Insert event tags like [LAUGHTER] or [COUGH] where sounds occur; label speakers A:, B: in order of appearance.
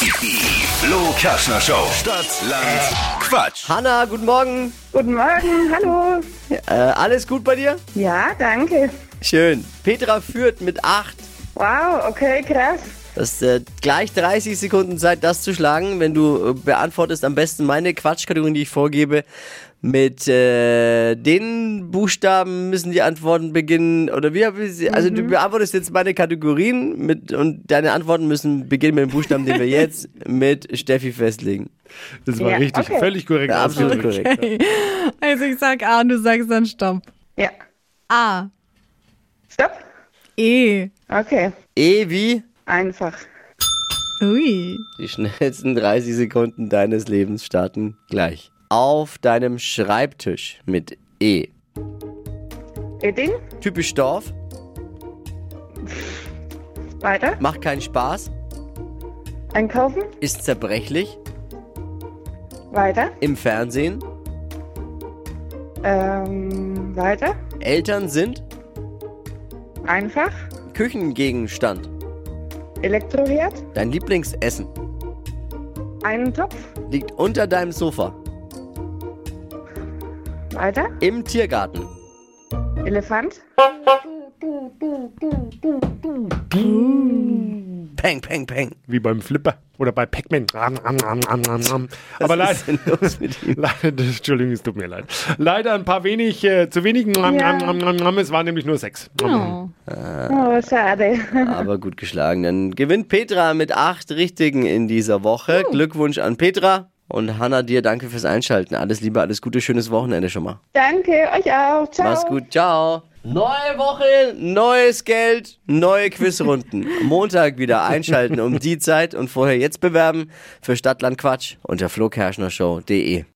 A: Die Flo Kaschner Show. Stadt, Land, Quatsch.
B: Hanna, guten Morgen.
C: Guten Morgen, hallo.
B: Äh, alles gut bei dir?
C: Ja, danke.
B: Schön. Petra führt mit 8.
C: Wow, okay, krass.
B: Das ist äh, gleich 30 Sekunden Zeit, das zu schlagen. Wenn du äh, beantwortest am besten meine Quatschkategorien, die ich vorgebe, mit äh, den Buchstaben müssen die Antworten beginnen. Oder wie habe ich sie? Also du beantwortest jetzt meine Kategorien mit und deine Antworten müssen beginnen mit dem Buchstaben, den wir jetzt mit Steffi festlegen.
D: Das war
C: Ja,
D: richtig,
C: okay.
D: völlig korrekt
B: Ja, absolut
D: ausgedrückt.
B: korrekt.
E: Also ich sag A und du sagst dann Stopp.
C: Ja,
E: A.
C: stopp.
E: E.
C: Okay,
B: E wie
C: einfach.
E: Ui.
B: Die schnellsten 30 Sekunden deines Lebens starten gleich. Auf deinem Schreibtisch mit E.
C: Edin,
B: Typisch Dorf,
C: weiter.
B: macht keinen Spaß,
C: Einkaufen,
B: ist zerbrechlich,
C: weiter.
B: im Fernsehen,
C: Ähm, weiter.
B: Eltern sind,
C: Einfach.
B: Küchengegenstand,
C: Elektroherd,
B: dein Lieblingsessen,
C: einen Topf,
B: liegt unter deinem Sofa,
C: weiter.
B: im Tiergarten.
C: Elefant,
B: Peng, peng, peng.
D: Wie beim Flipper oder bei Pac-Man. Ram, ram, ram, ram, ram, ram.
B: Was
D: Aber leider,
B: ist denn los mit ihm?
D: [LAUGHS] leider, Entschuldigung, es tut mir leid. Leider ein paar wenig, äh, zu wenigen. Ram,
C: Ja.
D: ram, ram, ram, ram. Es waren nämlich nur sechs.
E: Oh.
C: oh, schade. [LAUGHS]
B: Aber gut geschlagen. Dann gewinnt Petra mit acht Richtigen in dieser Woche. Glückwunsch an Petra. Und Hanna, dir danke fürs Einschalten. Alles Liebe, alles Gute, schönes Wochenende schon mal.
C: Danke, euch auch. Ciao.
B: Mach's gut, ciao. Neue Woche, neues Geld, neue Quizrunden. Montag wieder einschalten um die Zeit und vorher jetzt bewerben für Stadtland Quatsch unter flokerschnershow.de.